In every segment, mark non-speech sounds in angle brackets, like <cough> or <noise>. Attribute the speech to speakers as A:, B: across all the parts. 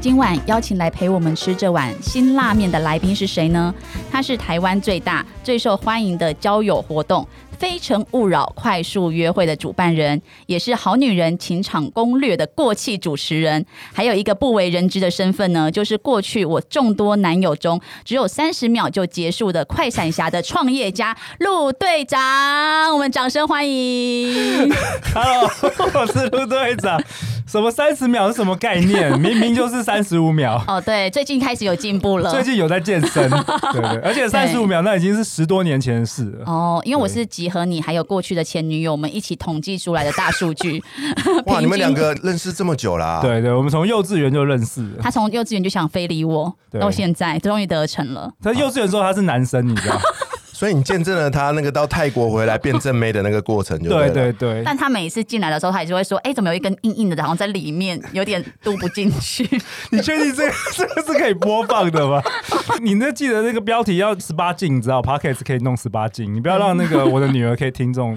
A: 今晚邀请来陪我们吃这碗辛辣面的来宾是谁呢？他是台湾最大、最受欢迎的交友活动《非诚勿扰》快速约会的主办人，也是《好女人情场攻略》的过气主持人，还有一个不为人知的身份呢，就是过去我众多男友中只有三十秒就结束的快闪侠的创业家陆队长，我们掌声欢迎。
B: <laughs> Hello，我是陆队长。什么三十秒是什么概念？明明就是三十五秒。
A: 哦，对，最近开始有进步了。
B: 最近有在健身，对对，而且三十五秒那已经是十多年前的事了。
A: 哦，因为我是集合你还有过去的前女友们一起统计出来的大数
B: <laughs>
A: 据。 <laughs>
C: 哇，
A: 平
C: 你们
A: 均
C: 两个认识这么久啦、，
B: 对对，我们从幼稚园就认识了。
A: 他从幼稚园就想非礼我，
B: 对
A: 到现在终于得逞了。
B: 他幼稚园的时候他是男生，你知道？
C: 所以你见证了他那个到泰国回来变正妹的那个过程就
B: 对
C: 对了
B: 对对，
A: 但他每一次进来的时候，他也是会说：“哎、怎么有一根硬硬的，然后在里面有点嘟不进去。
B: 你确定这个这个是可以播放的吗？你那记得那个标题要十八禁，你知道 p o c k e t 可以弄十八禁，你不要让那个我的女儿可以听
A: <laughs>
B: 这种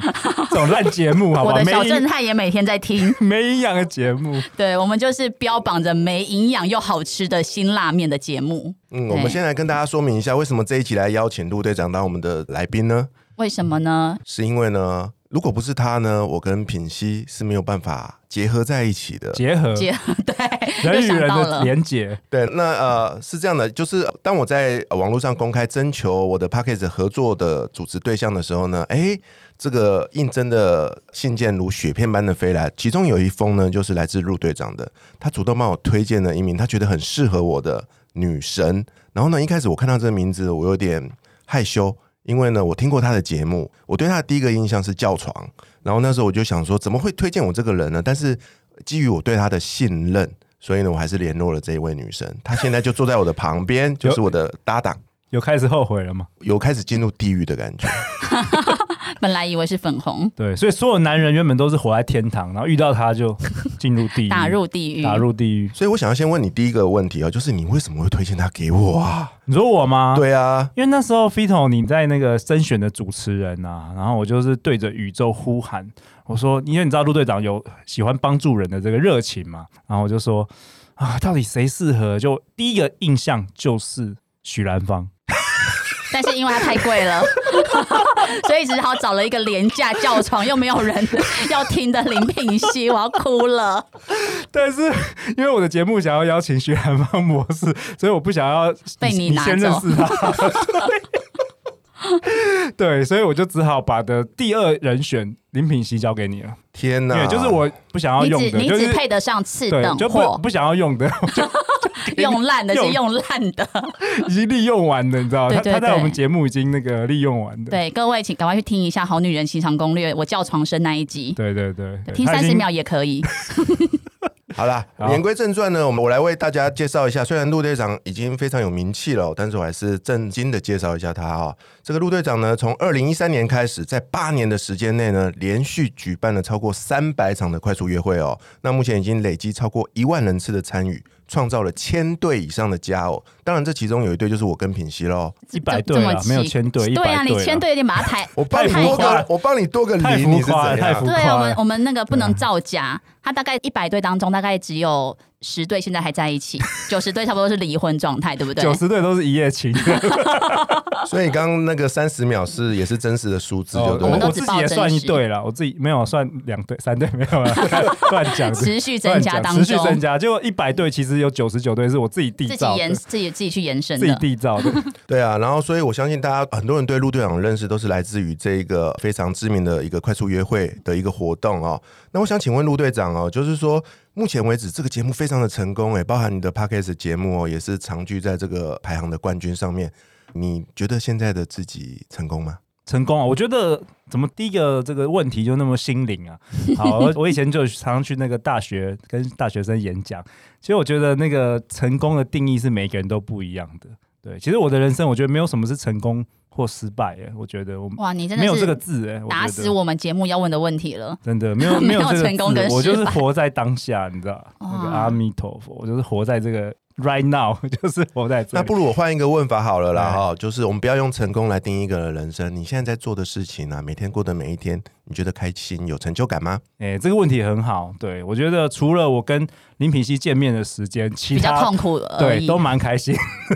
B: 这种烂节目，” <laughs> 好
A: 我
B: 不好？
A: 的
B: 没
A: 小正
B: 营
A: 太也每天在听。
B: <laughs> 没营养的节目。
A: 对，我们就是标榜着没营养又好吃的辛辣面的节目。
C: 嗯，
A: 对
C: 我们先来跟大家说明一下，为什么这一集来邀请陆队长当我们的来宾呢？
A: 为什么呢？
C: 是因为呢，如果不是他呢，我跟品熙是没有办法结合在一起的。
B: 结合
A: 姐， <laughs> 对，又
B: 呃人与
A: 想
B: 人
A: 到
B: 的
A: 了。
B: 连结，
C: 对，那呃是这样的，就是当我在、呃网络上公开征求我的 p a c k a g e 合作的组织对象的时候呢，哎，这个应征的信件如雪片般的飞来，其中有一封呢，就是来自陆队长的，他主动帮我推荐了一名他觉得很适合我的女神。然后呢，一开始我看到这个名字，我有点害羞。因为呢，我听过他的节目，我对他的第一个印象是叫床，然后那时候我就想说，怎么会推荐我这个人呢？但是基于我对她的信任，所以呢，我还是联络了这一位女生。她现在就坐在我的旁边，就是我的搭档，
B: 有开始后悔了吗？
C: 有开始进入地狱的感觉。
A: 本来以为是粉红，
B: 对，所以所有男人原本都是活在天堂，然后遇到
A: <laughs>
B: 他就进入地狱，
A: 打入地狱，
B: 打入地狱。
C: 所以我想要先问你第一个问题哦，就是你为什么会推荐她给我啊？
B: 你说我吗？，
C: 对啊，
B: 因为那时候 Fito 你在那个甄选的主持人啊，然后我就是对着宇宙呼喊，我说，因为你知道陆队长有喜欢帮助人的这个热情嘛，然后我就说啊，到底谁适合？就第一个印象就是许兰芳。
A: 但是因为它太贵了， <laughs> 所以只好找了一个廉价叫床又没有人要听的林品熙，我要哭了。
B: 但是因为我的节目想要邀请徐兰芳博士，所以我不想要
A: 被你
B: 你
A: 拿
B: 先认识他。对对，所以我就只好把的第二人选林品熙交给你了，
C: 天
B: 因
C: 哪，
B: 为就是我不想要
A: 你
B: 用
A: 只
B: 的，
A: 你
B: 就
A: 只
B: 是
A: 配得上次
B: 对，
A: 等
B: 就不
A: 货，
B: 不想要用的， <laughs> 我就
A: 用烂的是用烂
B: <laughs>
A: 的。
B: 已经利用完的，你知道，
A: 对对
B: 他他在
A: 对
B: 我们节目已经那个利用完的，
A: 对，各位请赶快去听一下《好女人情场攻略》，我叫床声那一集，
B: 对对对， <laughs> 对
A: 听
B: 他已
A: 三
B: 经
A: 十秒也可以。
C: 好啦，
B: 好
C: 言归正传呢，我们我来为大家介绍一下。虽然陆队长已经非常有名气了，但是我还是正经的介绍一下他啊、这个陆队长呢，从二零一三年开始，在八年的时间内呢，连续举办了超过三百场的快速约会哦。那目前已经累积超过一万人次的参与，创造了千对以上的家哦。当然，这其中有一对就是我跟品熙喽。
B: 一百
A: 这
B: 对
A: 这么
B: 啊，没有
A: 急
B: 千对，一
A: 对
B: 百
A: 啊，你千对有点把它抬，
C: 我帮你
B: 太
A: 太
B: 浮
C: 多
B: 夸
C: 个
B: 了，
C: 我帮你多个
B: 太
C: 零，
B: 浮
C: 你是怎
B: 夸了太
C: 样
B: 浮？
A: 对
B: 夸
A: 啊，我
B: 了
A: 们我们那个
B: <laughs>
A: 不能造假，他大概一百对当中，大概只有十对现在还在一起，九十对差不多是离婚状态，对不对？
B: <laughs> 九十对都是一夜情。
C: 所以刚刚那个三十秒是也是真实的数字，
B: 哦
C: 就对
A: 我们
C: 了
A: 都
B: 我
A: 只
B: 自己
A: 报
B: 也
A: 真
B: 算一
A: 实
B: 对了，我自己没有算两对、三对，没有啦 <laughs> 乱讲
A: <laughs>
B: 的，
A: 持续增
B: 乱
A: 加
B: 讲，
A: 当
B: 持
A: 中，
B: 续增加。结果一百对其实有九十九对是我自己缔
A: 自己
B: 造的
A: 延，自己自己去延伸
B: 自己
A: 的。
B: 缔造的。 <laughs>
C: 对啊，然后所以我相信大家很多人对陆队长的认识都是来自于这个非常知名的一个快速约会的一个活动哦。那我想请问陆队长哦，就是说目前为止这个节目非常的成功诶，包含你的 podcast 节目哦，也是长居在这个排行的冠军上面。你觉得现在的自己成功吗？
B: 成功啊！我觉得怎么第一个这个问题就那么心
A: <laughs>
B: 灵啊？好，我我以前就常常去那个大学跟大学生演讲，其实我觉得那个成功的定义是每个人都不一样的。对，其实我的人生我觉得没有什么是成功或失败、欸，我觉得我
A: 哇，你真的
B: 没有这个
A: 是
B: 字、欸，我
A: 打
B: 觉
A: 死
B: 得
A: 我们节目要问的问题了。
B: 真的没有没有
A: <laughs> 没有
B: 这个
A: 成功
B: 字
A: 跟
B: 我就
A: 失
B: 是
A: 败
B: 活在当下，你知道那个
A: 哇
B: 阿弥陀佛，我就是活在这个 right now，就是 <laughs> 活在这
C: 那
B: 里。
C: 不如我换一个问法好了啦
B: 对
C: 哈，就是我们不要用成功来定义一个人的人生。你现在在做的事情啊，每天过的每一天，你觉得开心有成就感吗？
B: 哎、这个问题很好，对我觉得除了我跟林品熙见面的时间，其
A: 比较
B: 他
A: 痛苦而
B: 对
A: 已。
B: 都蛮开心， <laughs>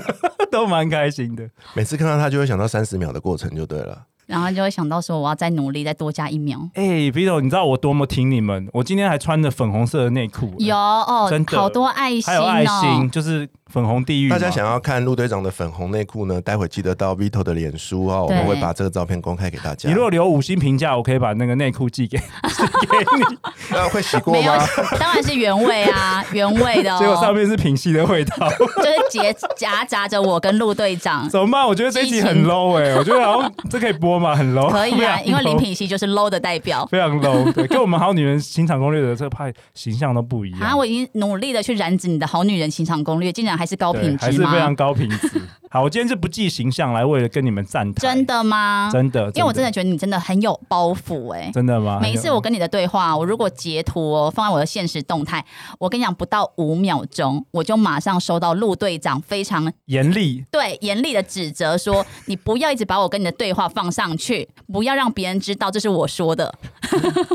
B: 都蛮开心的。
C: 每次看到他就会想到三十秒的过程就对了。
A: 然后就会想到说，我要再努力，再多加一秒。
B: 哎、p e t e r 你知道我多么挺你们？我今天还穿着粉红色的内裤，
A: 有哦
B: 真，的
A: 好多爱心
B: 还有爱
A: 哦
B: 心，，就是粉红地狱嘛。
C: 大家想要看陆队长的粉红内裤呢？待会记得到 Vito 的脸书啊，我
A: 对
C: 们会把这个照片公开给大家。
B: 你如果留五星评价，我可以把那个内裤寄给 <laughs> 寄给
A: <laughs>
B: 你。
C: 那会洗过
A: 没有
C: 吗？，
A: <laughs> 当然是原味啊，原味的哦。
B: 结果上面是平息的味道，
A: 就是结夹杂着我跟陆队长。
B: <laughs> 怎么办？我觉得这一集
A: 激情
B: 很 low 哎、我觉得好像这可以播吗？很 low，
A: 可以啊，
B: 非常
A: 因为林
B: low
A: 品熙就是 low 的代表
B: 哦非常 low，对，跟我们好女人情场攻略的这个派形象都不一
A: <laughs>
B: 样。
A: 啊！我已经努力的去染指你的好女人情场攻略，竟然还是高
B: 对
A: 品
B: 还
A: 质
B: 是非常
A: 吗？
B: 高品质。 <laughs> 好，我今天是不计形象来为了跟你们站台，
A: 真的吗？
B: 真的，
A: 因为我真的觉得你真的很有包袱哎、
B: 真的吗？
A: 每一次我跟你的对话，我如果截图哦放在我的现实动态，我跟你讲，不到五秒钟，我就马上收到陆队长非常
B: 严厉，
A: 对严厉的指责说，你不要一直把我跟你的对话放上去，不要让别人知道这是我说的。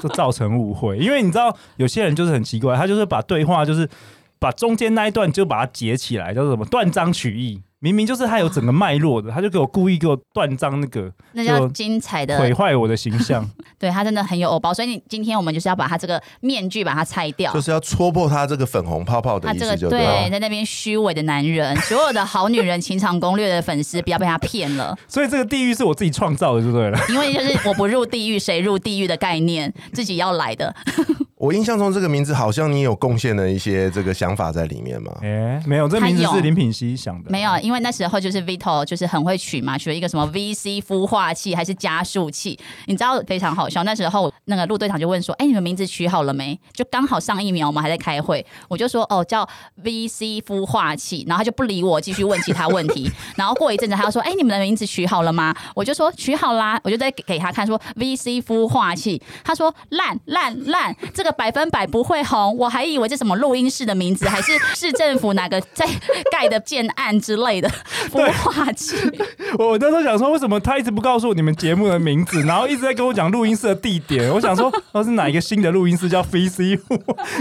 B: 就造成误会。因为你知道，有些人就是很奇怪，他就是把对话就是把中间那一段就把它截起来，叫做什么断章取义。明明就是他有整个脉络的，他就给我故意给我断章那个，
A: 那叫
B: 就
A: 精彩
B: 毁
A: 的，
B: 坏我的形象。
A: 对他真的很有偶包，所以你今天我们就是要把他这个面具把它拆掉
C: 就。是要戳破他这个粉红泡泡的
A: 他
C: 意
A: 啊这
C: 思，
A: 个
C: 就对啊了
A: 对，。在那边虚伪的男人，所有的好女人 <laughs> 情场攻略的粉丝，不要被他骗了，
B: 所以这个地狱是我自己创造的，就对了。
A: 因为就是我不入地狱，谁入地狱的概念，自己要来的。
C: 我印象中这个名字好像你有贡献了一些这个想法在里面嘛。
A: 嗯
B: 哎、没有，这
A: 他
B: 名字
A: 有
B: 是林品熙想的，
A: 没有，因为那时候就是 Vito 就是很会取嘛，学一个什么 VC 孵化器还是加速器，你知道非常好笑。那时候那个陆队长就问说：“哎、你们名字取好了没？”就刚好上一秒我们还在开会，我就说：“哦，叫 VC 孵化器。”然后他就不理我，继续问其他问题。然后过一阵子他就说：“哎、你们的名字取好了吗？”我就说：“取好啦。”我就在给他看说 VC 孵化器，他说：“烂烂烂，这个百分百不会红。”我还以为这什么录音室的名字，还是市政府哪个在盖的建案之类
B: <laughs>
A: 的孵化器。
B: 我我那时候想说，为什么他一直不告诉我你们节目的名字，然后一直在跟我讲录音室的地点？我想说，哦，是哪一个新的录音室叫 VCU？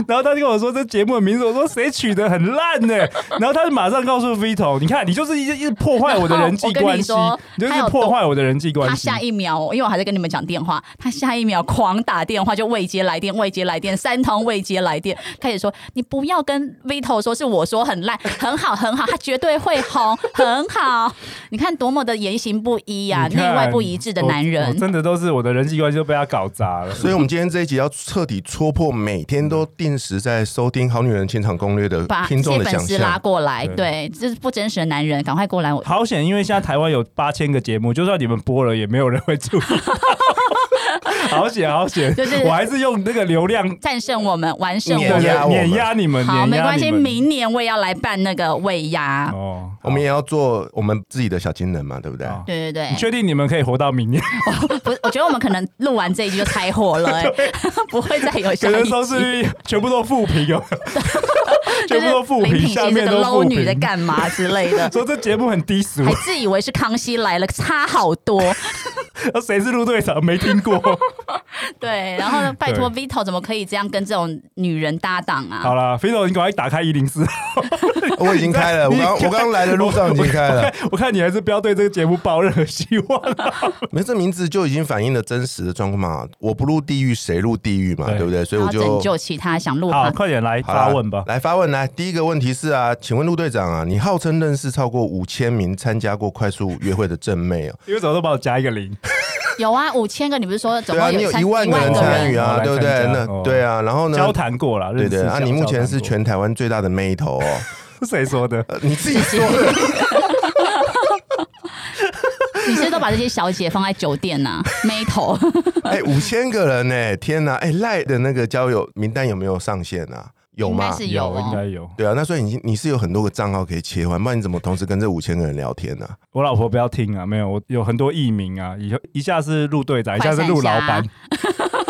B: 然 <laughs> 后他就跟我说这节目的名字，我说谁取的很烂呢、
A: <laughs>
B: 然后他就马上告诉 Vito，你看你就是一直一直破坏我的人际关系，
A: 然后我
B: 你
A: 跟你说
B: 就是破坏我的人际
A: 他
B: 关系。
A: 下一秒，因为我还在跟你们讲电话，他下一秒狂打电话，就未接来电，未接来电，三通未接来电，开始说你不要跟 Vito 说是我说很烂，很好，很好，他绝对会红，很好。你看多么的言行不一呀、
B: 你
A: 内
B: 看
A: 外不一致的男
B: 我我
A: 人。
B: 真的都是我的人际关系都被他搞砸了。
C: 所以，我们今天这一集要彻底戳破每天都定时在收听《好女人情场攻略》的
A: 把这
C: 听众
A: 些
C: 的
A: 粉
C: 想
A: 丝拉
C: 象。
A: 过来，对
B: 对，
A: 这是不真实的男人，赶快过来！我
B: 好险，因为现在台湾有八千个节目，就算你们播了，也没有人会注意到。 <laughs> 好险，好险！
A: 就是
B: 我还是用那个流量
A: 战胜我们，完胜我
C: 碾
A: 们。
C: 压我们
B: 碾压你们，
A: 好，
B: 碾
A: 没
B: 压
A: 关
B: 你
A: 系，
B: 们
A: 明年我也要来办那个尾牙。
B: 哦，
C: 我们也要做我们自己的小金人嘛，对不对？
B: 好
A: 对对
B: 你
A: 对，
B: 确定你们可以活到明年？
A: 不，我觉得我们可能录完这一集就拆火了、哎， <laughs> 不会再有下一
B: 可能
A: 集。
B: 收视率全部都负评哦， <laughs>
A: 就
B: 全
A: 是
B: 部都负
A: 林
B: 评，
A: 品
B: 下
A: 熙这
B: 面
A: 个
B: 都
A: low
B: 负
A: 女在
B: 评，，
A: 干嘛之类的
B: 说 <laughs> 这节目很低俗
A: 还，自以为是康熙来了，差好多。
B: 谁是陆队长没听 <laughs> 过？
A: 对，然后呢，拜托 Vito 怎么可以这样跟这种女人搭档啊
B: 好？啦，肥总，你赶快打开一零四，
C: 我已经开了，我
A: <laughs>
B: 你
C: 刚我刚刚来的路上已经开了。
B: <laughs> 我看你还是不要对这个节目抱任何希望了。
C: 没有，这名字就已经反映了真实的状况嘛。我不入地狱，谁入地狱嘛？
B: 对
C: 对不对？所以
A: 然
C: 我
A: 后
C: 就
A: 拯救其他想录
B: <laughs> 好，
A: 他
B: 快点来
C: 好啦
B: 发问吧。
C: 来发问来，第一个问题是啊，请问陆队长啊，你号称认识超过五千名参加过快速约会的正妹哦，
B: 因为怎么都帮我加一个零？
A: 有啊，五千个，你不是说总
C: 对啊，
A: 共
C: 你有
A: 三
C: 一万个
A: 个
C: 人
B: 人
C: 参与
B: 哦
C: 啊，
B: 来
C: 对不对？
B: 参加
C: 那
B: 哦
C: 对啊，然后呢？
B: 交谈过了，
C: 对
B: 认识
C: 对，
B: 一
C: 啊，
B: 下
C: 你目前
B: 交
C: 是
B: 谈过
C: 全台湾最大的妹头哦，
B: <laughs>
C: <laughs>
B: 谁说
A: <laughs>
B: 的？
C: 呃你自己说的，
A: <laughs> 你是不是都把这些小姐放在酒店呐、
B: <laughs>
A: 妹头。 <laughs>
C: 哎，五千个人呢、天哪！哎，赖的那个交友名单有没有上限啊？有
A: 应
C: 吗
A: 该？是有
B: 有
A: 哦
B: 应该有。
C: 对啊，那所以你你是有很多个账号可以切换，不然你怎么同时跟这五千个人聊天呢、 <laughs>
B: 我老婆不要听啊，没有，我有很多艺名啊，以后一下是陆队长，一下是陆老
A: 快闪
B: 板
A: 侠，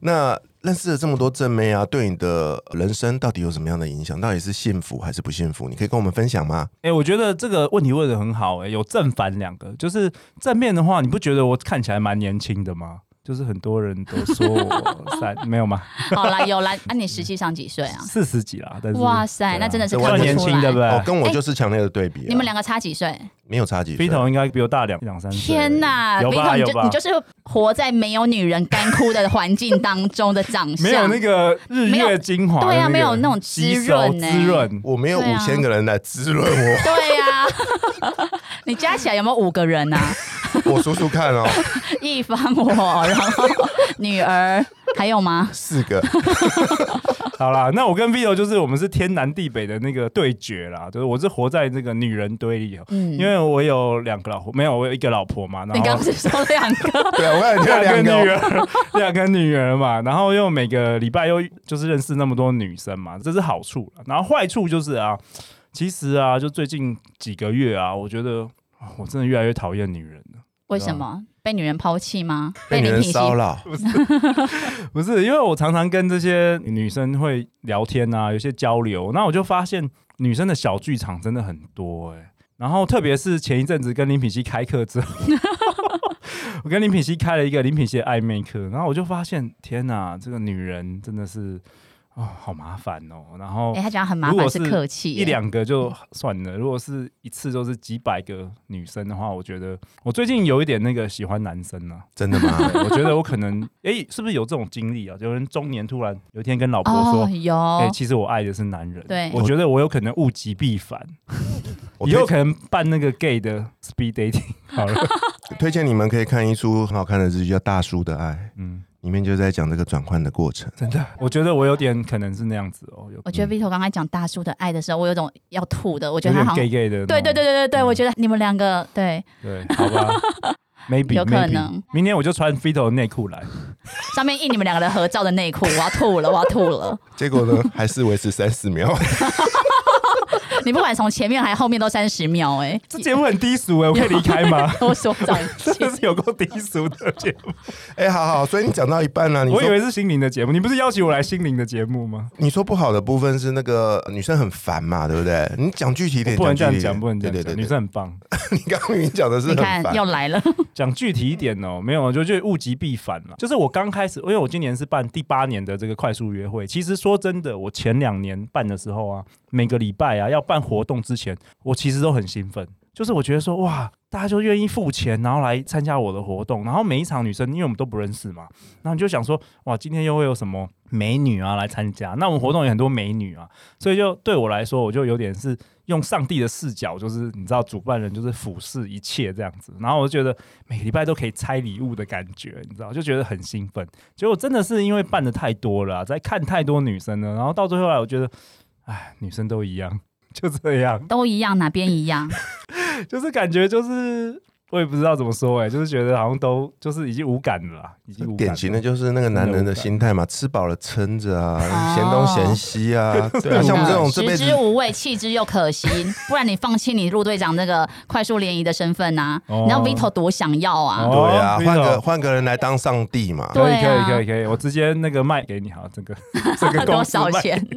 C: 那认识了这么多正妹啊，对你的人生到底有什么样的影响？到底是幸福还是不幸福？你可以跟我们分享吗？
B: 哎、我觉得这个问题问的很好、欸，有正反两个。就是正面的话，你不觉得我看起来蛮年轻的吗？就是很多人都说我
A: <laughs>
B: 三没有吗？
A: 好啦，有啦。那、你实际上几岁啊？
B: 四十几啦，但是
A: 哇塞，那真的是
C: 这
A: 看
C: 完
B: 算
A: 不
C: 全
B: 啊
A: 出
B: 年轻，对不
A: 来。
B: 对？
C: 哦，跟我就是强烈的对比、啊
A: 哎你们两个差几岁？
C: 没有差几
B: 飞
C: 岁，
B: 头应该比我大两两三岁。
A: 天哪！
B: 有
A: Vito，
B: 吧
A: 你
B: 有
A: 就
B: 吧
A: 你就是活在没有女人干枯的环境当中的长相，
B: 没有那个日
A: 没有
B: 月精华的个吸收，
A: 对啊没有那种滋润欸
B: 滋润。
C: 我没有
A: 对
C: 五
A: 啊
C: 千个人来滋润我，
A: 对呀、 <laughs> 你加起来有没有五个人
B: <laughs>
A: 啊？ <laughs>
C: 我数数看哦，
A: 一方我，然后女儿，还有吗？
C: 四个。
B: 好啦，那我跟 Vito 就是我们是天南地北的那个对决啦，就是我是活在这个女人堆里哦，
A: 嗯
B: 因为我有两个老婆，没有我有一个老婆嘛，然
A: 你刚刚
B: 后
A: 是说两
B: <laughs>
A: 个？
C: 对啊，我感觉两
B: 两个女
C: 个，
B: 儿， <laughs> 两个女儿嘛，然后又每个礼拜又就是认识那么多女生嘛，这是好处了。然后坏处就是啊，其实啊，就最近几个月啊，我觉得啊我真的越来越讨厌女人了。
A: 为什么？被女人抛弃吗？
C: 被女
A: 你
C: 人
A: 品
C: 骚
A: 行？
C: 扰，
B: 不是因为我常常跟这些女生会聊天啊，有些交流，那我就发现女生的小剧场真的很多哎、然后特别是前一阵子跟林品熙开课之后， <laughs> 我跟林品熙开了一个林品熙的暧昧课，然后我就发现天哪，这个女人真的是哦，好麻烦哦。然后
A: 哎、他讲很麻
B: 如
A: 烦
B: 果
A: 是
B: 是
A: 客气耶、
B: 一两个就算了，如果是一次都是几百个女生的话，我觉得我最近有一点那个喜欢男生啊了、
C: 真的吗？
B: 对我觉得我可能， <laughs> 哎、是不是有这种经历啊？有人中年突然有一天跟老婆说
A: 哦，，有、
B: 哎、其实我爱的是男人。
A: 对
B: 我觉得我有可能物极必反，
C: 我
B: 以
C: 推
B: 后可能办那个 gay 的
A: <laughs>
B: speed dating 好了。
C: 推荐你们可以看一出很好看的日剧，叫《大叔的爱
B: 嗯，》，
C: 里面就在讲这个转换的过程。
B: 真的，我觉得我有点可能是那样子哦。有
A: 我觉得 Vito 刚才讲大叔的爱的时候，我有种要吐的，我觉
B: 有
A: 得他好像
B: 点 gay。gay 的那种。
A: 对对对对对对，
B: 嗯
A: 我觉得你们两个对
B: 对，好吧。
A: <laughs>
B: maybe
A: 有可
B: maybe
A: 能
B: 明天我就穿 Fito 的内裤来。
A: 上面印你们两个的合照的内裤，我要吐了，我要吐了！
C: 结果呢，还是维持三四秒。
A: 你不管从前面还后面都三十秒、
B: <laughs>
A: 哎，？
B: 这节目很低俗哎、我可以离开吗
A: <laughs> 多说长
B: <laughs> 真
A: 进
B: 的。是有够低俗的节目，
C: 哎、好好，所以你讲到一半了、 <laughs> 你
B: 我以
C: 说
B: 为是心灵的节目，你不是邀请我来心灵的节目吗？
C: 你说不好的部分是那个女生很烦嘛，对不对？你讲具体一点，
B: 不能这
C: 具体一
B: 样
C: 点
B: 讲，不能这样
C: 对
B: 讲，
C: 对
B: 女
C: 对对，
B: 生很棒。
C: <laughs> 你刚刚明明讲的是
A: 你
C: 很
A: 看
C: 烦，
A: 又来
B: <laughs>
A: 了，
B: 讲具体一点哦，没有，就就物极必反嘛。就是我刚开始，因为我今年是办第八年的这个快速约会。其实说真的，我前两年办的时候啊，每个礼拜啊要办活动之前，我其实都很兴奋，就是我觉得说哇，大家就愿意付钱，然后来参加我的活动，然后每一场女生，因为我们都不认识嘛，然后你就想说哇，今天又会有什么美女啊来参加？那我们活动有很多美女啊，所以就对我来说，我就有点是用上帝的视角，就是你知道，主办人就是俯视一切这样子。然后我就觉得每个礼拜都可以拆礼物的感觉，你知道，就觉得很兴奋。结果真的是因为办的太多了啊、在看太多女生了，然后到最后来，我觉得，哎，女生都一样， <laughs> 就这样，
A: 都一样，哪边一样？
B: 就是感觉就是。我也不知道怎么说哎、就是觉得好像都就是已经无感了啦，已经无感
C: 典
B: 了。
C: 型
A: 啊
C: 的就是那个男人的心态嘛，吃饱了撑着啊，
A: 哦
C: 嫌东嫌西啊，对啊，像我们这种这辈
A: 食
C: 子
A: 之无味，弃之又可惜。不然你放弃你陆队长那个快速联谊的身份啊，
B: 哦
A: 你知道 Vito 多想要啊？
B: 哦
C: 对啊，
B: 哦
C: 换
B: 那
C: 个
B: 种
C: 换个人来当上帝嘛。
A: 对
B: 可以可以
A: 啊
B: 可以可以，我直接那个卖给你好，这个这个
A: <laughs> 多
B: 公司
A: 少
B: 卖
A: 钱？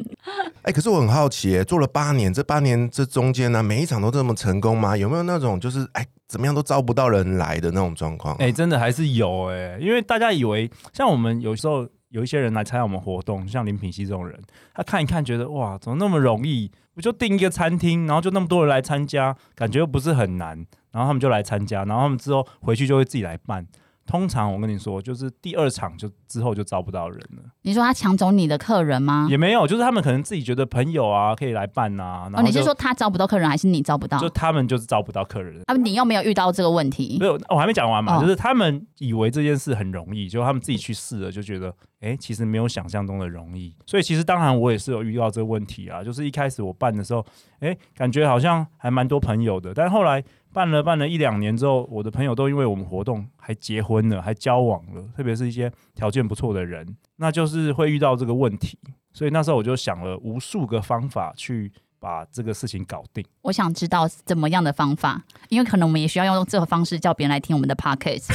C: 哎、可是我很好奇、耶，做了八年，这八年这中间呢、每一场都这么成功吗？有没有那种就是哎，怎么样都招不到人来的那种状况？
B: 哎、真的还是有哎、因为大家以为像我们有时候有一些人来参加我们活动，像林品熙这种人，他看一看觉得哇，怎么那么容易？我就订一个餐厅，然后就那么多人来参加，感觉又不是很难，然后他们就来参加，然后他们之后回去就会自己来办。通常我跟你说，就是第二场就之后就招不到人了，
A: 你说他抢走你的客人吗？
B: 也没有，就是他们可能自己觉得朋友啊可以来办啊，然
A: 哦，
B: 后
A: 你
B: 就是
A: 说他招不到客人，还是你招不到
B: 就？他们就是招不到客人，
A: 啊，你又没有遇到这个问题
B: 没，有，我还没讲完嘛，
A: 哦
B: 就是他们以为这件事很容易，就他们自己去试了，就觉得，哎、其实没有想象中的容易。所以其实当然我也是有遇到这个问题啊，就是一开始我办的时候，哎、感觉好像还蛮多朋友的，但后来办了办了一两年之后，我的朋友都因为我们活动还结婚了，还交往了，特别是一些条件不错的人，那就是会遇到这个问题。所以那时候我就想了无数个方法去把这个事情搞定。
A: 我想知道怎么样的方法，因为可能我们也需要用这个方式叫别人来听我们的 podcast。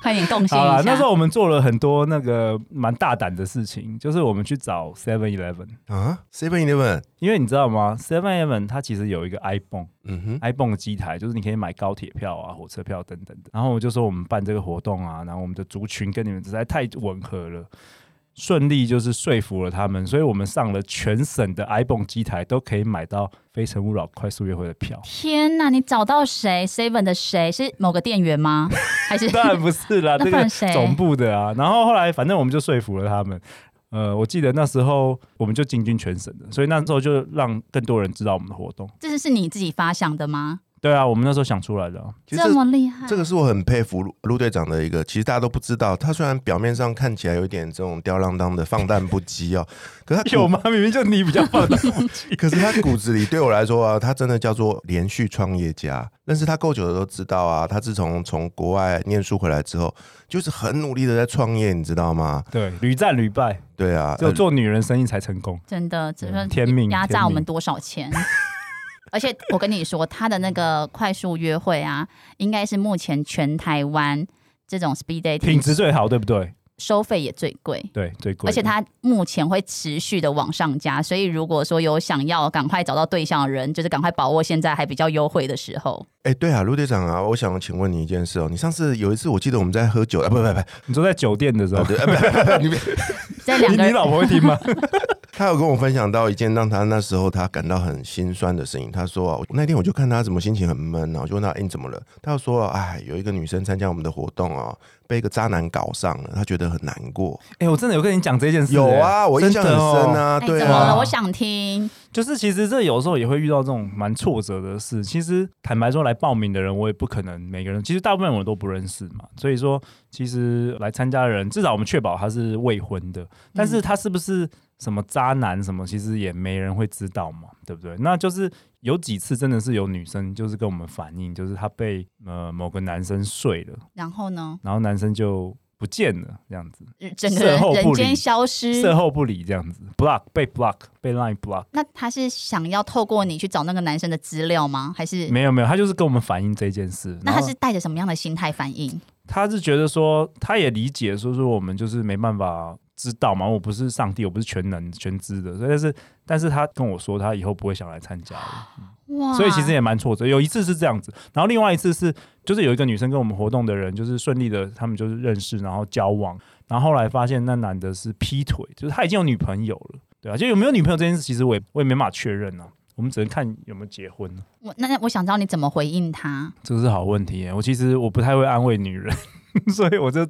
A: 快点贡献
B: 好
A: 一
B: 啦，
A: 下。。
B: 那时候我们做了很多那个蛮大胆的事情，就是我们去找 Seven Eleven，
C: 啊，Seven Eleven，
B: 因为你知道吗？Seven Eleven 它其实有一个 iPhone。
C: 嗯哼，
B: iPhone 的机台，就是你可以买高铁票啊、火车票等等的。然后我就说我们办这个活动啊，然后我们的族群跟你们实在太吻合了，顺利就是说服了他们，所以我们上了全省的 iPhone 机台都可以买到《非诚勿扰》快速约会的票
A: 天哪，你找到谁？Seven 的谁？是某个店员
B: <laughs>
A: 吗？还是
B: 当然不是啦，
A: 那
B: 这
A: 不然
B: 个
A: 谁
B: 总部的啊。然后后来反正我们就说服了他们。呃，我记得那时候我们就进军全省的，所以那时候就让更多人知道我们的活动。
A: <laughs> 这是你自己发想的吗？
B: 对啊，我们那时候想出来的啊、
C: 其实
A: 这么厉害，
C: 这个是我很佩服陆陆队长的一个，其实大家都不知道，他虽然表面上看起来有一点这种吊郎当的放荡不羁哦， <laughs> 可是他骨
B: 有吗？明明就你比较放得不羁
C: 可是他骨子里对我来说啊，他真的叫做连续创业家。认识他够久的都知道啊，他自从从国外念书回来之后，就是很努力的在创业，你知道吗？
B: <laughs> 对，屡战屡败，
C: 对啊，
B: 只有做女人生意才成功。
A: 真的，这
B: 嗯天命
A: 压
B: 天
A: 榨我们
B: 命
A: 多少钱？ <laughs> 而且我跟你说，他的那个快速约会啊，应该是目前全台湾这种 speed
B: 品
A: dating
B: 质最好，对不对？
A: 收费也最贵。
B: 对，最贵。
A: 而且它目前会持续的往上加，所以如果说有想要赶快找到对象的人，就是赶快把握现在还比较优惠的时候。
C: 哎、对啊，陆队长啊，我想请问你一件事哦。你上次有一次，我记得我们在喝酒啊，不不不，
B: 你说在酒
C: <laughs>
B: 店的时候，
C: 对啊不不不，你别
A: 这两
B: 你
A: 个
B: <laughs> 你
A: 人
B: 老婆会听吗？
C: 他有跟我分享到一件让他那时候他感到很心酸的事情。他说啊，我那天我就看他怎么心情很闷啊，我就问他，哎、你怎么了？他就说，哎，有一个女生参加我们的活动啊，被一个渣男搞上了，他觉得很难过。
B: 哎，我真的有跟你讲这件事。
C: 有
B: 哎
C: 啊，我印象很深。
B: 真的哦
C: 啊，
A: 哎，
C: 对
A: 怎么
C: 啊
A: 了？，我想听。
B: 就是其实这有时候也会遇到这种蛮挫折的事。其实坦白说，来报名的人我也不可能每个人，其实大部分我都不认识嘛。所以说，其实来参加的人，至少我们确保他是未婚的，但
A: 嗯
B: 是他是不是什么渣男什么，其实也没人会知道嘛，对不对？那就是有几次真的是有女生就是跟我们反映，就是她被呃某个男生睡了，
A: 然后呢？
B: 然后男生就不见了，这样子，
A: 整个
B: 事
A: 人
B: 后不
A: 人
B: 理
A: 间消
B: 事
A: 失。
B: 后不理这样子，block 被 block 被 line block。
A: 那他是想要透过你去找那个男生的资料吗？还是
B: 没有没有，他就是跟我们反映这件事。
A: 那
B: 然
A: 他
B: 后
A: 是带着什么样的心态反应？
B: 他是觉得说，他也理解说说我们就是没办法知道嘛，我不是上帝，我不是全能全知的，所以但是但是他跟我说他以后不会想来参加了，
A: 哇！
B: 所以其实也蛮挫折。有一次是这样子，然后另外一次是就是有一个女生跟我们活动的人，就是顺利的他们就是认识，然后交往，然后后来发现那男的是劈腿，就是他已经有女朋友了，对啊，就有没有女朋友这件事，其实我也我也没办法确认啊，我们只能看有没有结婚、啊。
A: 我那那我想知道你怎么回应他，
B: 这是好问题耶！我其实我不太会安慰女人， <laughs> 所以我就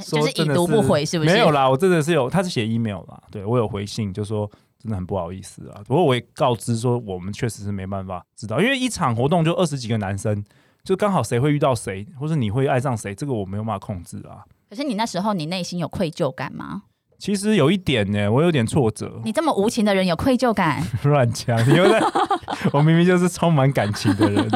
B: 说
A: 就是已
B: 真的
A: 读不回，是不是？
B: 没有啦，我真的是有，他是写 email 啦，对我有回信，就说真的很不好意思啊。不过我也告知说，我们确实是没办法知道，因为一场活动就二十几个男生，就刚好谁会遇到谁，或者你会爱上谁，这个我没有办法控制啊。
A: 可是你那时候你内心有愧疚感吗？
B: 其实有一点呢，我有点挫折， <laughs>
A: 你这么无情的人有愧疚感？
B: 乱讲，你又在， <laughs> 我明明就是充满感情的人，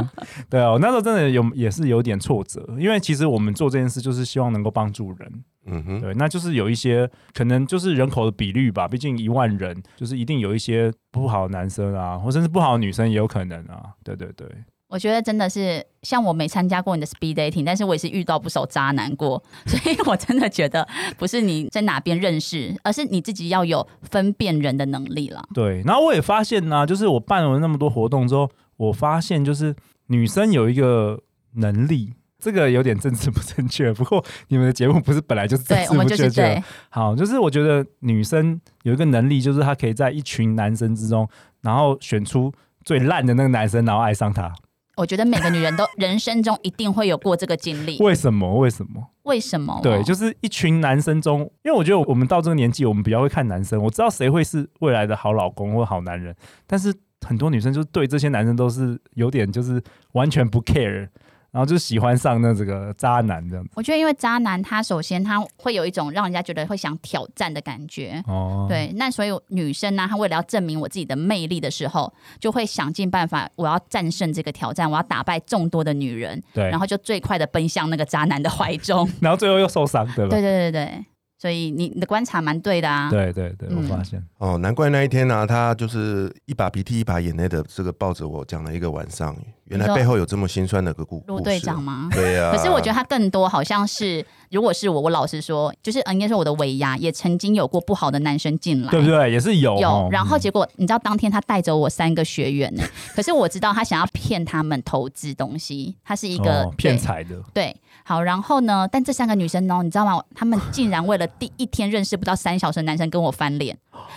B: 对啊，我那时候真的有也是有点挫折，因为其实我们做这件事就是希望能够帮助人，
C: 嗯哼，
B: 对，那就是有一些可能就是人口的比率吧，毕竟一万人就是一定有一些不好的男生啊，或甚至不好的女生也有可能啊，对对对，
A: 我觉得真的是，像我没参加过你的 speed dating，但是我也是遇到不少渣男过，所以我真的觉得不是你在哪边认识，而是你自己要有分辨人的能力了。
B: 对，然后我也发现呢、就是我办了那么多活动之后，我发现就是女生有一个能力，这个有点政治不正确， <laughs> 不过你们的节目不是本来就是政
A: 对，
B: 治
A: 我们
B: 不
A: 就是
B: 正确吗
A: 对，
B: 好，就是我觉得女生有一个能力，就是她可以在一群男生之中，然后选出最烂的那个男生，然后爱上他。
A: 我觉得每个女人都 <laughs> 人生中一定会有过这个经历。
B: 为什么？为什么？
A: 为什么？哦
B: 对，就是一群男生中，因为我觉得我们到这个年纪，我们比较会看男生，我知道谁会是未来的好老公或好男人，但是很多女生就是对这些男生都是有点就是完全不 care。然后就喜欢上那这个渣男这样子。
A: 我觉得因为渣男他首先他会有一种让人家觉得会想挑战的感觉。
B: 哦，，
A: 对，那所以女生呢、她为了要证明我自己的魅力的时候，就会想尽办法，我要战胜这个挑战，我要打败众多的女人，
B: 对
A: 然后就最快的奔向那个渣男的怀中。
B: 然后最后又受伤， <laughs> 对吧
A: 对？对对对，所以你你的观察蛮对的啊。
B: 对对对，我
A: 嗯
B: 发现
C: 哦，难怪那一天呢、他就是一把鼻涕一把眼泪的，这个抱着我讲了一个晚上，原
A: 你
C: 来
A: 说
C: 背后有这么心酸的个故故
A: 陆
C: 事。
A: 队长吗？
C: 对啊呀、
A: 可是我觉得他更多好像是，如果是我，我老实说，就是呃应该说我的尾牙也曾经有过不好的男生进来，
B: 对不对？也是有
A: 有
B: 哦，
A: 然后
B: 嗯
A: 结果你知道当天他带着我三个学员呢，可是我知道他想要骗他们投资东西，他是一个
B: 哦骗
A: 对
B: 财的，
A: 对，好，然后呢，但这三个女生哦呢，你知道吗？她们竟然为了第一天认识不到三小时的男生跟我翻脸，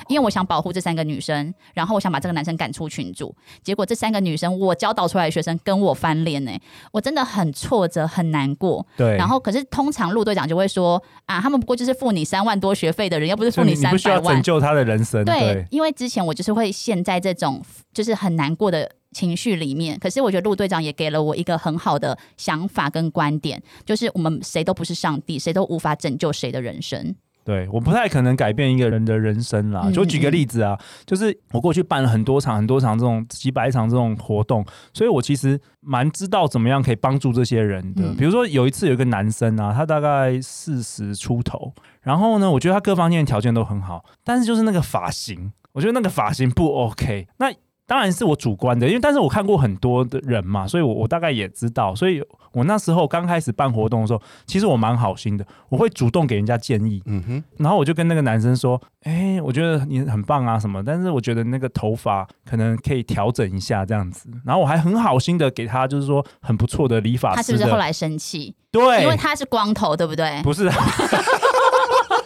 A: 因为我想保护这三个女生，然后我想把这个男生赶出群组，结果这三个女生我教导出来的学生跟我翻脸呢、我真的很挫折，很难过。
B: 对。
A: 然后，可是通常陆队长就会说啊，他们不过就是付你三万多学费的人，又不是付
B: 就你
A: 三
B: 不需
A: 百
B: 要拯
A: 万。
B: 救他的人生，
A: 对
B: 对，
A: 因为之前我就是会陷在这种就是很难过的情绪里面。可是我觉得陆队长也给了我一个很好的想法跟观点，就是我们谁都不是上帝，谁都无法拯救谁的人生。
B: 对，我不太可能改变一个人的人生啦。
A: 嗯
B: 就举个
A: 嗯
B: 例子啊，就是我过去办了很多场、很多场这种几百场这种活动，所以我其实蛮知道怎么样可以帮助这些人的。
A: 嗯
B: 比如说有一次有一个男生啊，他大概四十出头，然后呢，我觉得他各方面条件都很好，但是就是那个发型，我觉得那个发型不 OK。那当然是我主观的，因为但是我看过很多的人嘛，所以我我大概也知道，所以我那时候刚开始办活动的时候，其实我蛮好心的，我会主动给人家建议，
C: 嗯哼，
B: 然后我就跟那个男生说：“哎、我觉得你很棒啊，什么？但是我觉得那个头发可能可以调整一下这样子。”然后我还很好心的给他，就是说很不错的理发
A: 他是
B: 师
A: 不
B: 啊的，
A: 是后来生气？因为
B: 对，
A: 他是光头，对不对？ <laughs>
B: 不是 <laughs> 啊，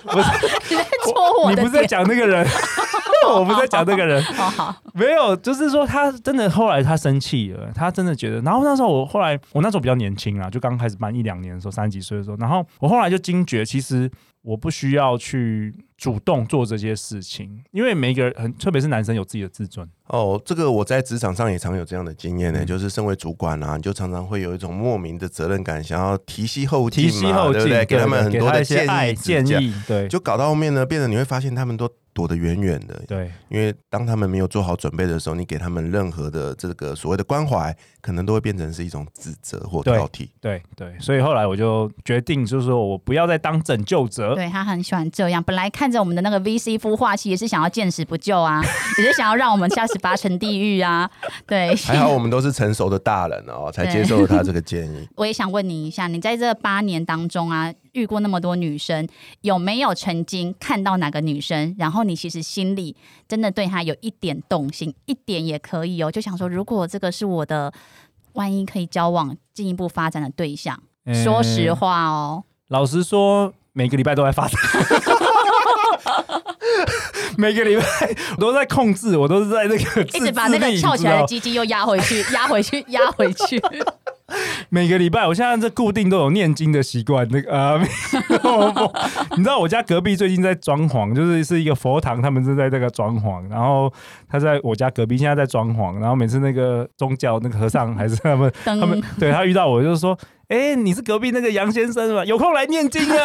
B: 不是，
A: 你在戳 <laughs> 我
B: 你不
A: 的
B: 是在
A: 点。
B: 讲那个人， <laughs> 我不是在讲那个人，
A: <laughs> 哦，好，
B: 没有，就是说他真的后来他生气了，他真的觉得。然后那时候我后来我那时候比较年轻啊，就刚开始办一两年的时候，三十几岁的时候，然后我后来就惊觉，其实我不需要去主动做这些事情，因为每一个人，很特别是男生有自己的自尊，
C: 哦，这个我在职场上也常有这样的经验呢、
B: 嗯
C: 就是身为主管啊，你就常常会有一种莫名的责任感，想要提携后进
B: 提
C: 嘛，
B: 膝后
C: 对
B: 进，
C: 不啊对？给他们很
B: 给
C: 多
B: 他
C: 的
B: 一些
C: 建
B: 爱
C: 议
B: 建
C: 指教，
B: 议，对，
C: 就搞到后面呢，变得你会发现他们都躲得远远的，
B: 对
C: 因为当他们没有做好准备的时候，你给他们任何的这个所谓的关怀，可能都会变成是一种指责或挑剔。
B: 对对，所以后来我就决定，就是说我不要再当拯救者，
A: 对他很喜欢这样。本来看着我们的那个 VC 孵化器，也是想要见死不救啊， <laughs> 也是想要让我们下十八层地狱啊。对，
C: 还好我们都是成熟的大人哦，才接受了他这个建议。
A: 我也想问你一下，你在这八年当中啊，遇过那么多女生，有没有曾经看到哪个女生，然后你其实心里真的对她有一点动心，一点也可以哦，就想说，如果这个是我的，万一可以交往、进一步发展的对象，
B: 嗯
A: 说实话哦，
B: 老实说，每个礼拜都在发展。 <laughs> 每个礼拜我都在控制，我都是在那个
A: 一
B: 自
A: 直把那
B: 自
A: 个
B: 立
A: 翘起来
B: 你
A: 的
B: 知
A: 鸡鸡又压回去，压回去，压回去。 <laughs>
B: 道每个礼拜，我现在这固定都有念经的习惯。那个 <laughs> 呃，你知道我家隔壁最近在装潢，就是是一个佛堂，他们是在这个装潢，然后他在我家隔壁现在在装潢，然后每次那个宗教那个和尚还是他们
A: 噔
B: 他们对他遇到我就说：“哎、你是隔壁那个杨先生吗？有空来念经啊！”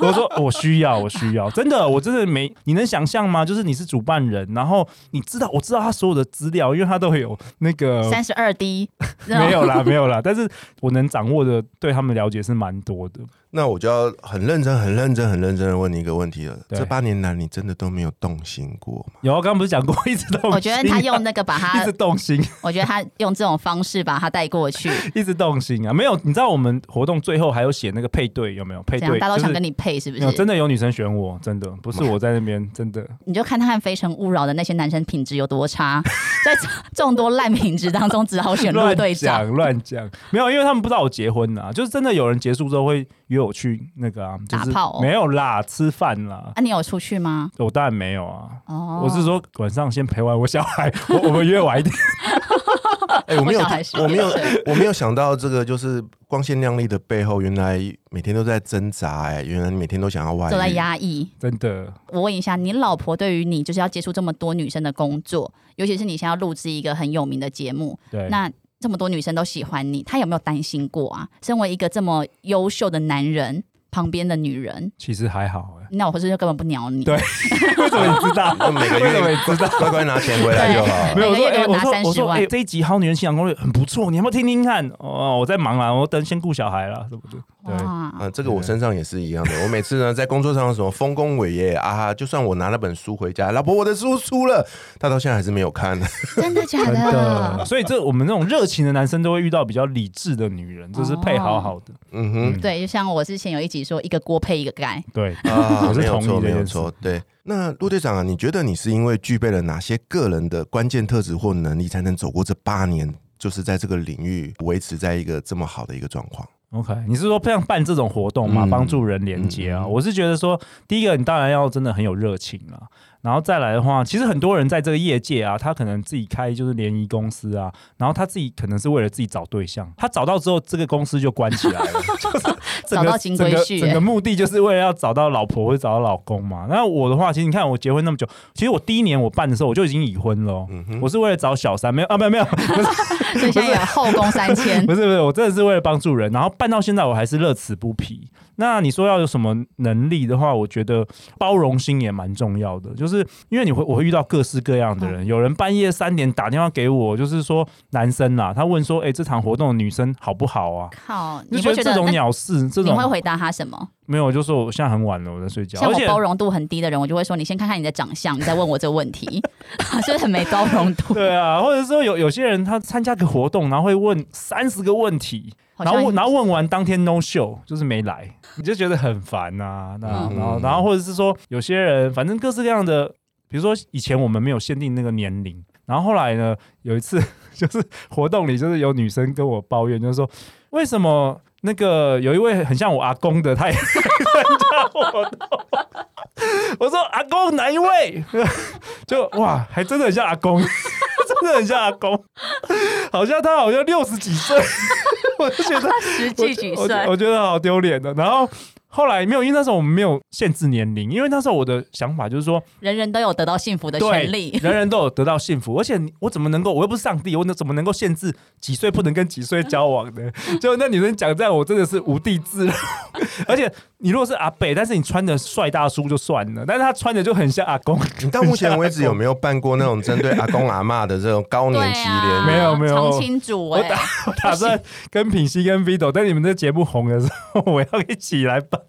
B: <laughs> 我说：“我需要，我需要，真的，我真的没，你能想象吗？就是你是主办人，然后你知道，我知道他所有的资料，因为他都会有那个
A: 三十哦二 D，
B: 呃 <laughs> 没有啦，没有啦，但是我能掌握的对他们了解是蛮多的。
C: <laughs> 那我就要很认真、很认真、很认真的问你一个问题了：
B: 对
C: 这八年来，你真的都没有动心过吗？
B: 有啊，刚刚不是讲过， <laughs> 一直动心啊、
A: 我觉得他用那个把
B: <laughs> 一
A: 他
B: 直，动心，
A: 我觉得他用这种方式把他带过去，
B: 一直动心啊！没有，你知道我们活动最后还有写那个配对有没有？配
A: 这样
B: 对，
A: 大家都想
B: 就是
A: 跟你配，是不
B: 没有
A: 是？
B: 真的有女生选我，真的不是我在那边，真的。
A: 你就看他和《非诚勿扰》的那些男生品质有多差，在众多烂品质当中，只好选陆
B: 乱
A: 队长。
B: 讲乱讲，没有，因为他们不知道我结婚啦、就是真的有人结束之后会约我去那个啊，就是
A: 打炮哦
B: 没有啦，吃饭啦。
A: 啊，你有出去吗？
B: 我当然没有啊，
A: 哦，
B: 我是说晚上先陪完我小孩， <laughs> 我我们约
A: <laughs>
B: 晚一点。
C: 哎、我没有
A: 我小孩，是
C: 我没有
A: 对，
C: <laughs> 我没有想到这个就是光鲜亮丽的背后，原来每天都在挣扎、哎，原来你每天都想要外
A: 都在
C: 遇。
A: 压抑。
B: 真的，
A: 我问一下，你老婆对于你就是要接触这么多女生的工作，尤其是你现在要录制一个很有名的节目，
B: 对，
A: 那这么多女生都喜欢你，他有没有担心过啊？身为一个这么优秀的男人，旁边的女人，
B: 其实还好哎、
A: 那我是不是就根本不鸟你？
B: 对为什么你知道？
C: <laughs> 每个
B: 为什么
C: 月
B: 你知道？
C: 乖乖拿钱回来就好了
A: 对。
B: 没有我说，
A: 每个月
B: 哎、
A: 给我
B: 我
A: 拿
B: 说，我
A: 30
B: 说，
A: 万
B: 哎、这一集《浩女人信仰攻略》很不错，你要不要听听看？哦，我在忙啦，我等先顾小孩啦，什么的。对，
A: 哇，
C: 嗯，这个我身上也是一样的。我每次呢在工作上的时候丰功伟业啊哈，就算我拿了本书回家，老婆我的书出了，他到现在还是没有
A: <laughs>
C: 看。
A: 真的假 <laughs> 的？
B: 所以这我们那种热情的男生都会遇到比较理智的女人，这是配好好的。
C: 嗯哼，
A: 对，就像我之前有一集说，一个锅配一个盖，
B: 对，
C: 啊，
B: 我是
C: 没有
B: 同意
C: 错，
B: 这
C: 没有
B: 件事
C: 错。对，那陆队长啊，你觉得你是因为具备了哪些个人的关键特质或能力，才能走过这八年？就是在这个领域维持在一个这么好的一个状况。
B: OK，你是说像办这种活动嘛，
C: 嗯
B: 帮助人连接啊？
C: 嗯嗯
B: 我是觉得说，第一个你当然要真的很有热情啊，然后再来的话，其实很多人在这个业界啊，他可能自己开就是联谊公司啊，然后他自己可能是为了自己找对象，他找到之后，这个公司就关起来
C: <laughs>
B: 了，就是整
A: 找到
B: 个
A: 金
B: 整
A: 龟
B: 个
A: 婿
B: 整个目的就是为了要找到老婆或者找到老公嘛。那我的话，其实你看我结婚那么久，其实我第一年我办的时候我就已经已婚了哦，
C: 嗯哼，
B: 我是为了找小三，没有啊，没有没有，
A: 所以现在有后宫三 <laughs>
B: <laughs>
A: 千
B: 不。是不是，我真的是为了帮助人，然后办到现在我还是乐此不疲。那你说要有什么能力的话，我觉得包容心也蛮重要的，就是因为你会我会遇到各式各样的
A: 嗯
B: 人，有人半夜三点打电话给我，就是说男生啦，他问说，哎、这场活动的女生好不好啊？
A: 靠，
B: 就
A: 你
B: 觉
A: 会觉
B: 得这
A: 得
B: 种
A: 那
B: 鸟事，这
A: 你
B: 种
A: 会回答他什么？
B: 没有，我就说我现在很晚了，我在睡觉，
A: 像
B: 而
A: 我
B: 且
A: 包容度很低的人，我就会说你先看看你的长相，你再问我这个问
B: <laughs>
A: 题，是不是很没包容度？
B: 对啊， <laughs> 或者说有有些人他参加个活动，然后会问三十个问题，
A: 好
B: 然
A: 像
B: 后问然后问完当天 no show 就是没来，你就觉得很烦呐、那、
C: 嗯
B: 然后然后或者是说有些人反正各式各样的，比如说以前我们没有限定那个年龄，然后后来呢有一次 <laughs> 就是活动里就是有女生跟我抱怨，就是说为什么那个有一位很像我阿公的，他也 <laughs> 参加活动。我说阿公哪一位？ <laughs> 就哇，还真的很像阿公，真的很像阿公， <laughs> 好像他好像六十几岁， <laughs> 我就觉得
A: 实
B: 我
A: 际举
B: 我
A: 帅
B: 我觉得好丢脸的。然后后来没有，因为那时候我们没有限制年龄，因为那时候我的想法就是说，
A: 人人都有得到幸福的
B: 对
A: 权，利。
B: 人人都有得到幸福，而且你我怎么能够，我又不是上帝，我怎么能够限制几岁不能跟几岁交往呢？ <laughs> 就那女生讲这样，我真的是无地自容。 <laughs> 而且你如果是阿北，但是你穿的帅大叔就算了，但是他穿的就很像阿公，
C: <laughs> 你到目前为止有没有办过那种针对阿公阿嬷的这种高年级
A: 对
C: 联
A: 啊，
B: 没
C: 谊？
B: 有没有
A: 长青主哎、
B: 我
A: <laughs>
B: 我打算跟品熙跟 Vito 在你们这节目红的时候，我要一起来
A: <laughs>
B: 办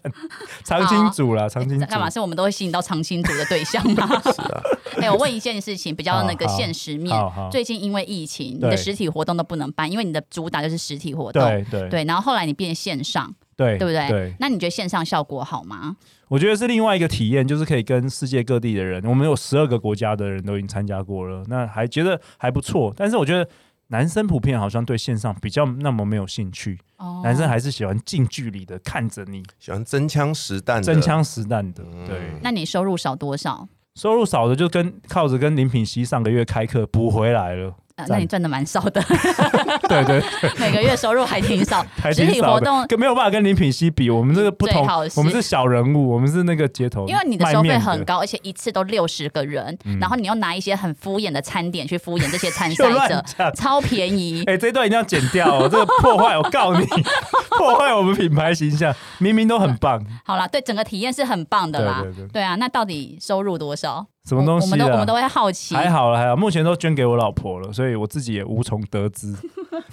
B: 长青组啦，长青组
A: 哦干嘛？是我们都会吸引到长青组的对象
B: <laughs>
A: 吗？是
C: 啊。
A: <laughs> 哎，我问一件事情，比较那个
B: 好好
A: 现实面
B: 好好。
A: 最近因为疫情，你
B: 对
A: 的实体活动都不能办，因为你的主打就是实体活动。
B: 对对
A: 对，然后后来你变线上，
B: 对
A: 对不对？
B: 对，
A: 那你觉得线上效果好吗？
B: 我觉得是另外一个体验，就是可以跟世界各地的人，我们有十二个国家的人都已经参加过了，那还觉得还不错。但是我觉得男生普遍好像对线上比较那么没有兴趣，
A: 哦
B: 男生还是喜欢近距离的看着你，
C: 喜欢真枪实弹的，
B: 真枪实弹的。
C: 嗯
B: 对，
A: 那你收入少多少？
B: 收入少的就跟靠着跟林品熙上个月开课补回来了。
A: 呃，
B: 赞
A: 那你赚的蛮少
B: <laughs>
A: 的， <laughs>
B: 对 <laughs> 对，
A: 每个月收入还挺
B: <laughs>
A: 少。
B: 还
A: 实
B: 挺
A: 体
B: 少
A: 活
B: 的
A: 动，
B: 跟没有办法跟林品熙比，我们这个不同
A: 最好，是
B: 我们是小人物，我们是那个街头卖面，
A: 因为你的收费很高，而且一次都六十个人，
B: 嗯
A: 然后你又拿一些很敷衍的餐点去敷衍
B: <laughs>
A: 这些参
B: 就
A: 赛
B: 乱
A: 者，
B: 讲
A: 超便宜。
B: 哎、这一段一定要剪掉、哦，这个破坏，我告你， <laughs> 破坏我们品牌形象。明明都很棒，
A: 好啦，对整个体验是很棒的啦。
B: 对对对
A: 啊，那到底收入多少？
B: 什么东
A: 我
B: 西
A: 我们
B: 啊？
A: 都我们都会好奇。
B: 还好了，还好，目前都捐给我老婆了，所以我自己也无从得知。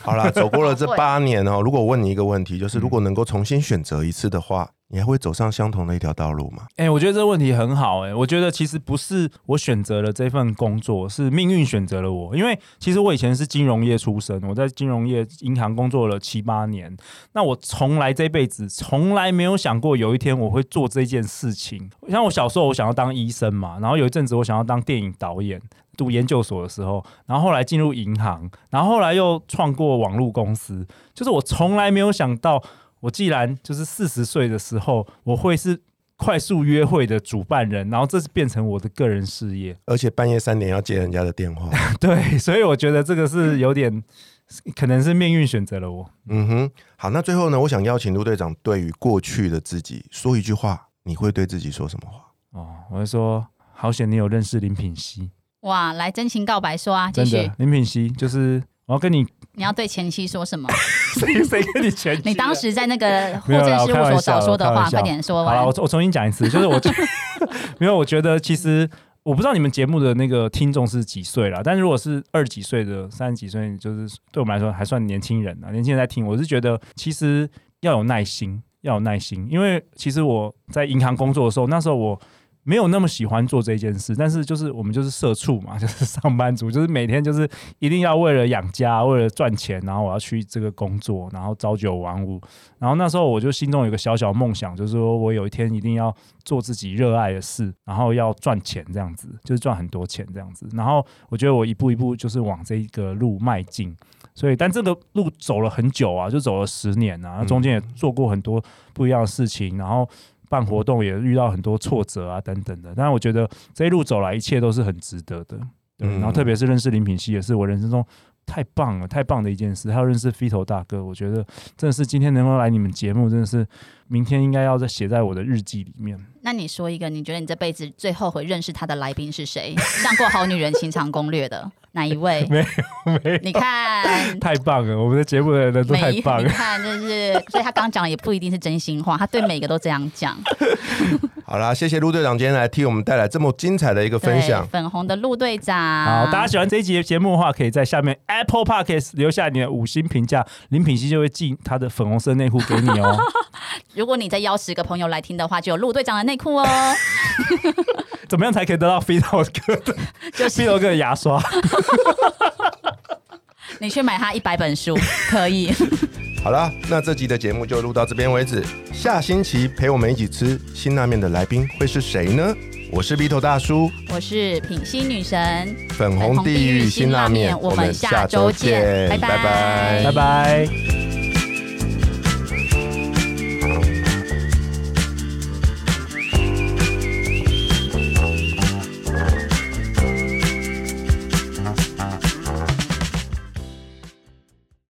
C: 好啦，走过了这八年哦。如果我问你一个问题，
B: 嗯
C: 就是如果能够重新选择一次的话，你还会走上相同的一条道路吗？
B: 哎、我觉得这个问题很好、哎，我觉得其实不是我选择了这份工作，是命运选择了我。因为其实我以前是金融业出身，我在金融业银行工作了七八年，那我从来这辈子从来没有想过有一天我会做这件事情。像我小时候，我想要当医生嘛，然后有一阵子我想要当电影导演。读研究所的时候，然后后来进入银行，然后后来又创过网络公司，就是我从来没有想到，我既然就是四十岁的时候，我会是快速约会的主办人，然后这是变成我的个人事业。 <laughs>
C: 而且半夜三点要接人家的电话，
B: 对，所以我觉得这个是有点，可能是命运选择了我。
C: 嗯哼，好，那最后呢，我想邀请陆队长对于过去的自己说一句话，你会对自己说什么话？
B: 哦，我就说，好险你有认识林品熙，
A: 哇，来真情告白说啊，继
B: 真
A: 续
B: 的，林品熙就是。我要跟你 <laughs>
A: 你要对前妻说什么？
B: 谁谁跟你前妻啊、
A: 你当时在那个户
B: 没有
A: 政
B: 啦
A: 事务所少说的
B: 我
A: 话，
B: 开玩笑我开玩笑
A: 快点说
B: 好了，
A: 完
B: 我。重我重新讲一次，就是我
A: <laughs>
B: 觉得没有，我觉得其实我不知道你们节目的那个听众是几岁啦，但如果是二十几岁的、三十几岁，就是对我们来说还算年轻人啊，年轻人在听，我是觉得其实要有耐心，要有耐心，因为其实我在银行工作的时候，那时候我。没有那么喜欢做这件事，但是就是我们就是社畜嘛， <laughs> 就是上班族，就是每天就是一定要为了养家，为了赚钱，然后我要去这个工作，然后朝九晚五，然后那时候我就心中有一个小小梦想，就是说我有一天一定要做自己热爱的事，然后要赚钱这样子，就是赚很多钱这样子。然后我觉得我一步一步就是往这个路迈进，所以但这个路走了很久啊，就走了十年啊，那中间也做过很多不一样的事情，然后。办活动也遇到很多挫折啊，等等的。但是我觉得这一路走来，一切都是很值得的。对，
C: 嗯
B: 然后特别是认识林品熙，也是我人生中太棒了、太棒的一件事。还有认识 Fito 大哥，我觉得真的是今天能够来你们节目，真的是明天应该要再写在我的日记里面。
A: 那你说一个，你觉得你这辈子最后悔认识他的来宾是谁？ <laughs> 上过《好女人情场攻略》
B: <laughs>
A: 的哪一位？
B: 没没
A: 你看，
B: 太棒了，我们的节目的人都
A: 每
B: 太
A: 一
B: 棒
A: 你
B: 了。
A: 看，就是，所以他刚讲的也不一定是真心话，他对每个都这样讲。
C: 好啦，谢谢陆队长今天来替我们带来这么精彩的一个分
A: 对，
C: 享。
A: 粉红的陆队长，
B: 好，大家喜欢这一集的节目的话，可以在下面 Apple Podcast 留下你的五星评价，林品熙就会寄他的粉红色内裤给你
A: <laughs>
B: 哦。
A: 如果你再邀十个朋友来听的话，就有陆队长的内
B: <laughs>
A: 裤哦，
B: 怎么样才可以得到 Fito 哥的
A: <laughs> 就
B: Fito
A: 是
B: 哥的
A: <laughs>
B: 牙刷？
A: 你去买他一百本书，可以。
C: 好啦，那这集的节目就录到这边为止。下星期陪我们一起吃辛辣面的来宾会是谁呢？我是鼻头大叔，
A: 我是品心女神，
C: 粉
A: 粉
C: 红
A: 红地
C: 地
A: 狱
C: 狱
A: 辛
C: 辛
A: 辣
C: 辣
A: 面
C: 面，
A: 我们下周见拜拜
B: 拜拜。